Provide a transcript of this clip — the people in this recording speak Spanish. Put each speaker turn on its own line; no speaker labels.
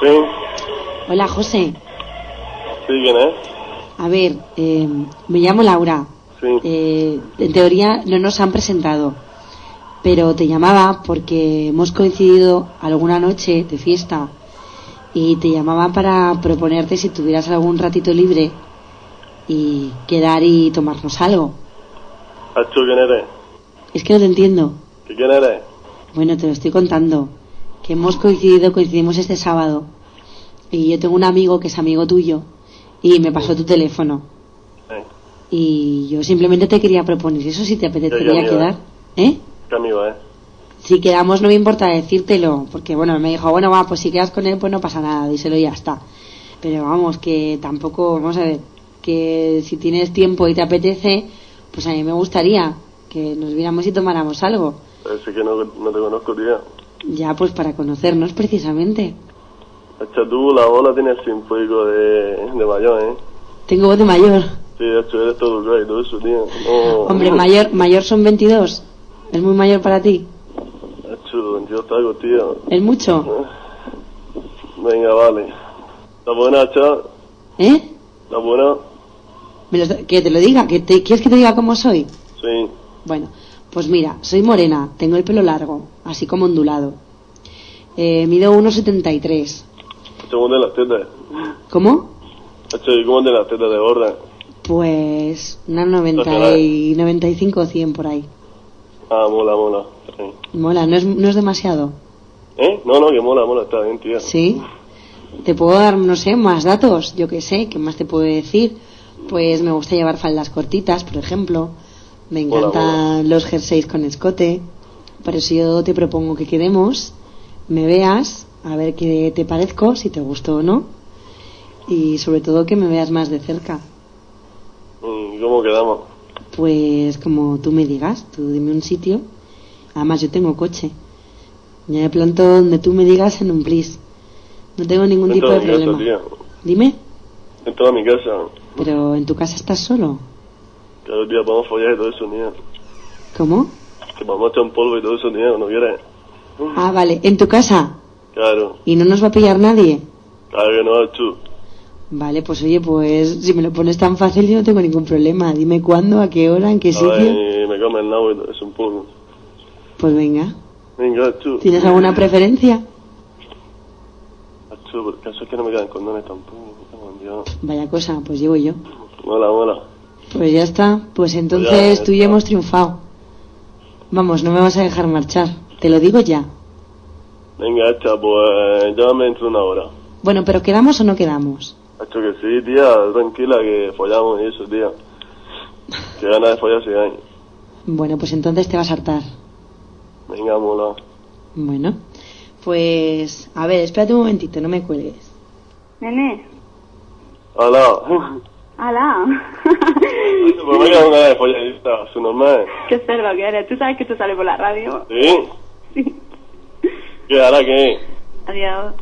Sí,
Hola, José.
sí, ¿quién es?
A ver, eh, me llamo Laura.
Sí.
Eh, en teoría no nos han presentado, pero te llamaba porque hemos coincidido alguna noche de fiesta y te llamaba para proponerte si tuvieras algún ratito libre y quedar y tomarnos algo.
Hacho, ¿quién eres?
Es que no te entiendo.
¿Que ¿Quién eres?
Bueno, te lo estoy contando. Que hemos coincidido, coincidimos este sábado. Y yo tengo un amigo que es amigo tuyo. Y me pasó tu teléfono.
Eh,
Y yo simplemente te quería proponer eso si te apetecería
amigo,
quedar. ¿Eh?
¿Qué amigo es?
Si quedamos no me importa decírtelo. Porque bueno, me dijo, bueno, va, pues si quedas con él pues no pasa nada. Díselo y ya está. Pero vamos, que tampoco, vamos a ver, que si tienes tiempo y te apetece, pues a mí me gustaría que nos viéramos y tomáramos algo.
Así que no, no te conozco, tío.
Ya pues para conocernos precisamente.
Hacho, tú la bola tienes sinfónico de, de mayor, ¿eh?
Tengo voz de mayor.
Sí, hacho, eres todo guay y todo eso, tío. No,
Hombre, mayor, mayor son 22. Es muy mayor para ti.
Hacho, yo traigo, tío.
Es mucho.
Venga, vale. ¿La buena, hacho?
¿Eh?
¿La buena?
Me lo- que te lo diga, que te, ¿quieres que te diga cómo soy?
Sí.
Bueno, pues mira, soy morena, tengo el pelo largo, así como ondulado. Eh, mido 1,73.
Hacho, ¿cómo de las tetas?
¿Cómo?
Hacho, ¿y cómo de las tetas de gorda?
Pues unas 90 y 95 o 100 por ahí.
Ah, mola, mola. Sí.
Mola, no es, no es demasiado.
¿Eh? No, no, que mola, mola, está bien, tío.
Sí. Te puedo dar, no sé, más datos, yo qué sé, ¿qué más te puedo decir? Pues me gusta llevar faldas cortitas, por ejemplo. Me
Mola,
encantan
mola.
los jerseys con escote. Por eso yo te propongo que quedemos, me veas, a ver qué te parezco, si te gustó o no. Y sobre todo que me veas más de cerca.
Mm, ¿Cómo quedamos?
Pues como tú me digas, tú dime un sitio. Además yo tengo coche. Ya me planto donde tú me digas en un plis. No tengo ningún
en
tipo
toda
de
mi casa,
problema.
tío.
Dime,
En toda mi casa.
pero en tu casa estás solo.
Claro, tío, vamos a follar y todo eso, tío.
¿Cómo?
Que vamos a echar un polvo y todo eso, tío, ¿no quieres?
Ah, vale, en tu casa.
Claro,
Y no nos va a pillar nadie.
claro que no, tú.
Vale, pues oye, pues si me lo pones tan fácil yo no tengo ningún problema. Dime cuándo, a qué hora, en qué
A
sitio.
ver, me come el nabo y todo eso un poco.
Pues venga.
Venga, tú.
¿Tienes alguna preferencia?
Achú, por caso es que no me quedan condones tampoco. me cago en Dios.
Vaya cosa, pues llevo yo.
Mola, mola.
Pues ya está. Pues entonces
ya
tú y yo
está.
hemos triunfado. Vamos, no me vas a dejar marchar. Te lo digo ya.
Venga, hacha, pues llámame dentro de una hora.
Bueno, pero ¿quedamos o no quedamos?
Hacho que sí, tía, tranquila, que follamos y eso, tía. Que ganas de follar si hay.
Bueno, pues entonces te vas a hartar.
Venga, mola.
Bueno. Pues, a ver, espérate un momentito, no me cuelgues.
Nene,
Hola.
ala.
pues me quedan ganas de follar y está, su normal.
Qué cerdo que eres. ¿Tú sabes que esto sale por la radio?
¿Sí?
Sí.
¿Qué hará qué?
Adiós.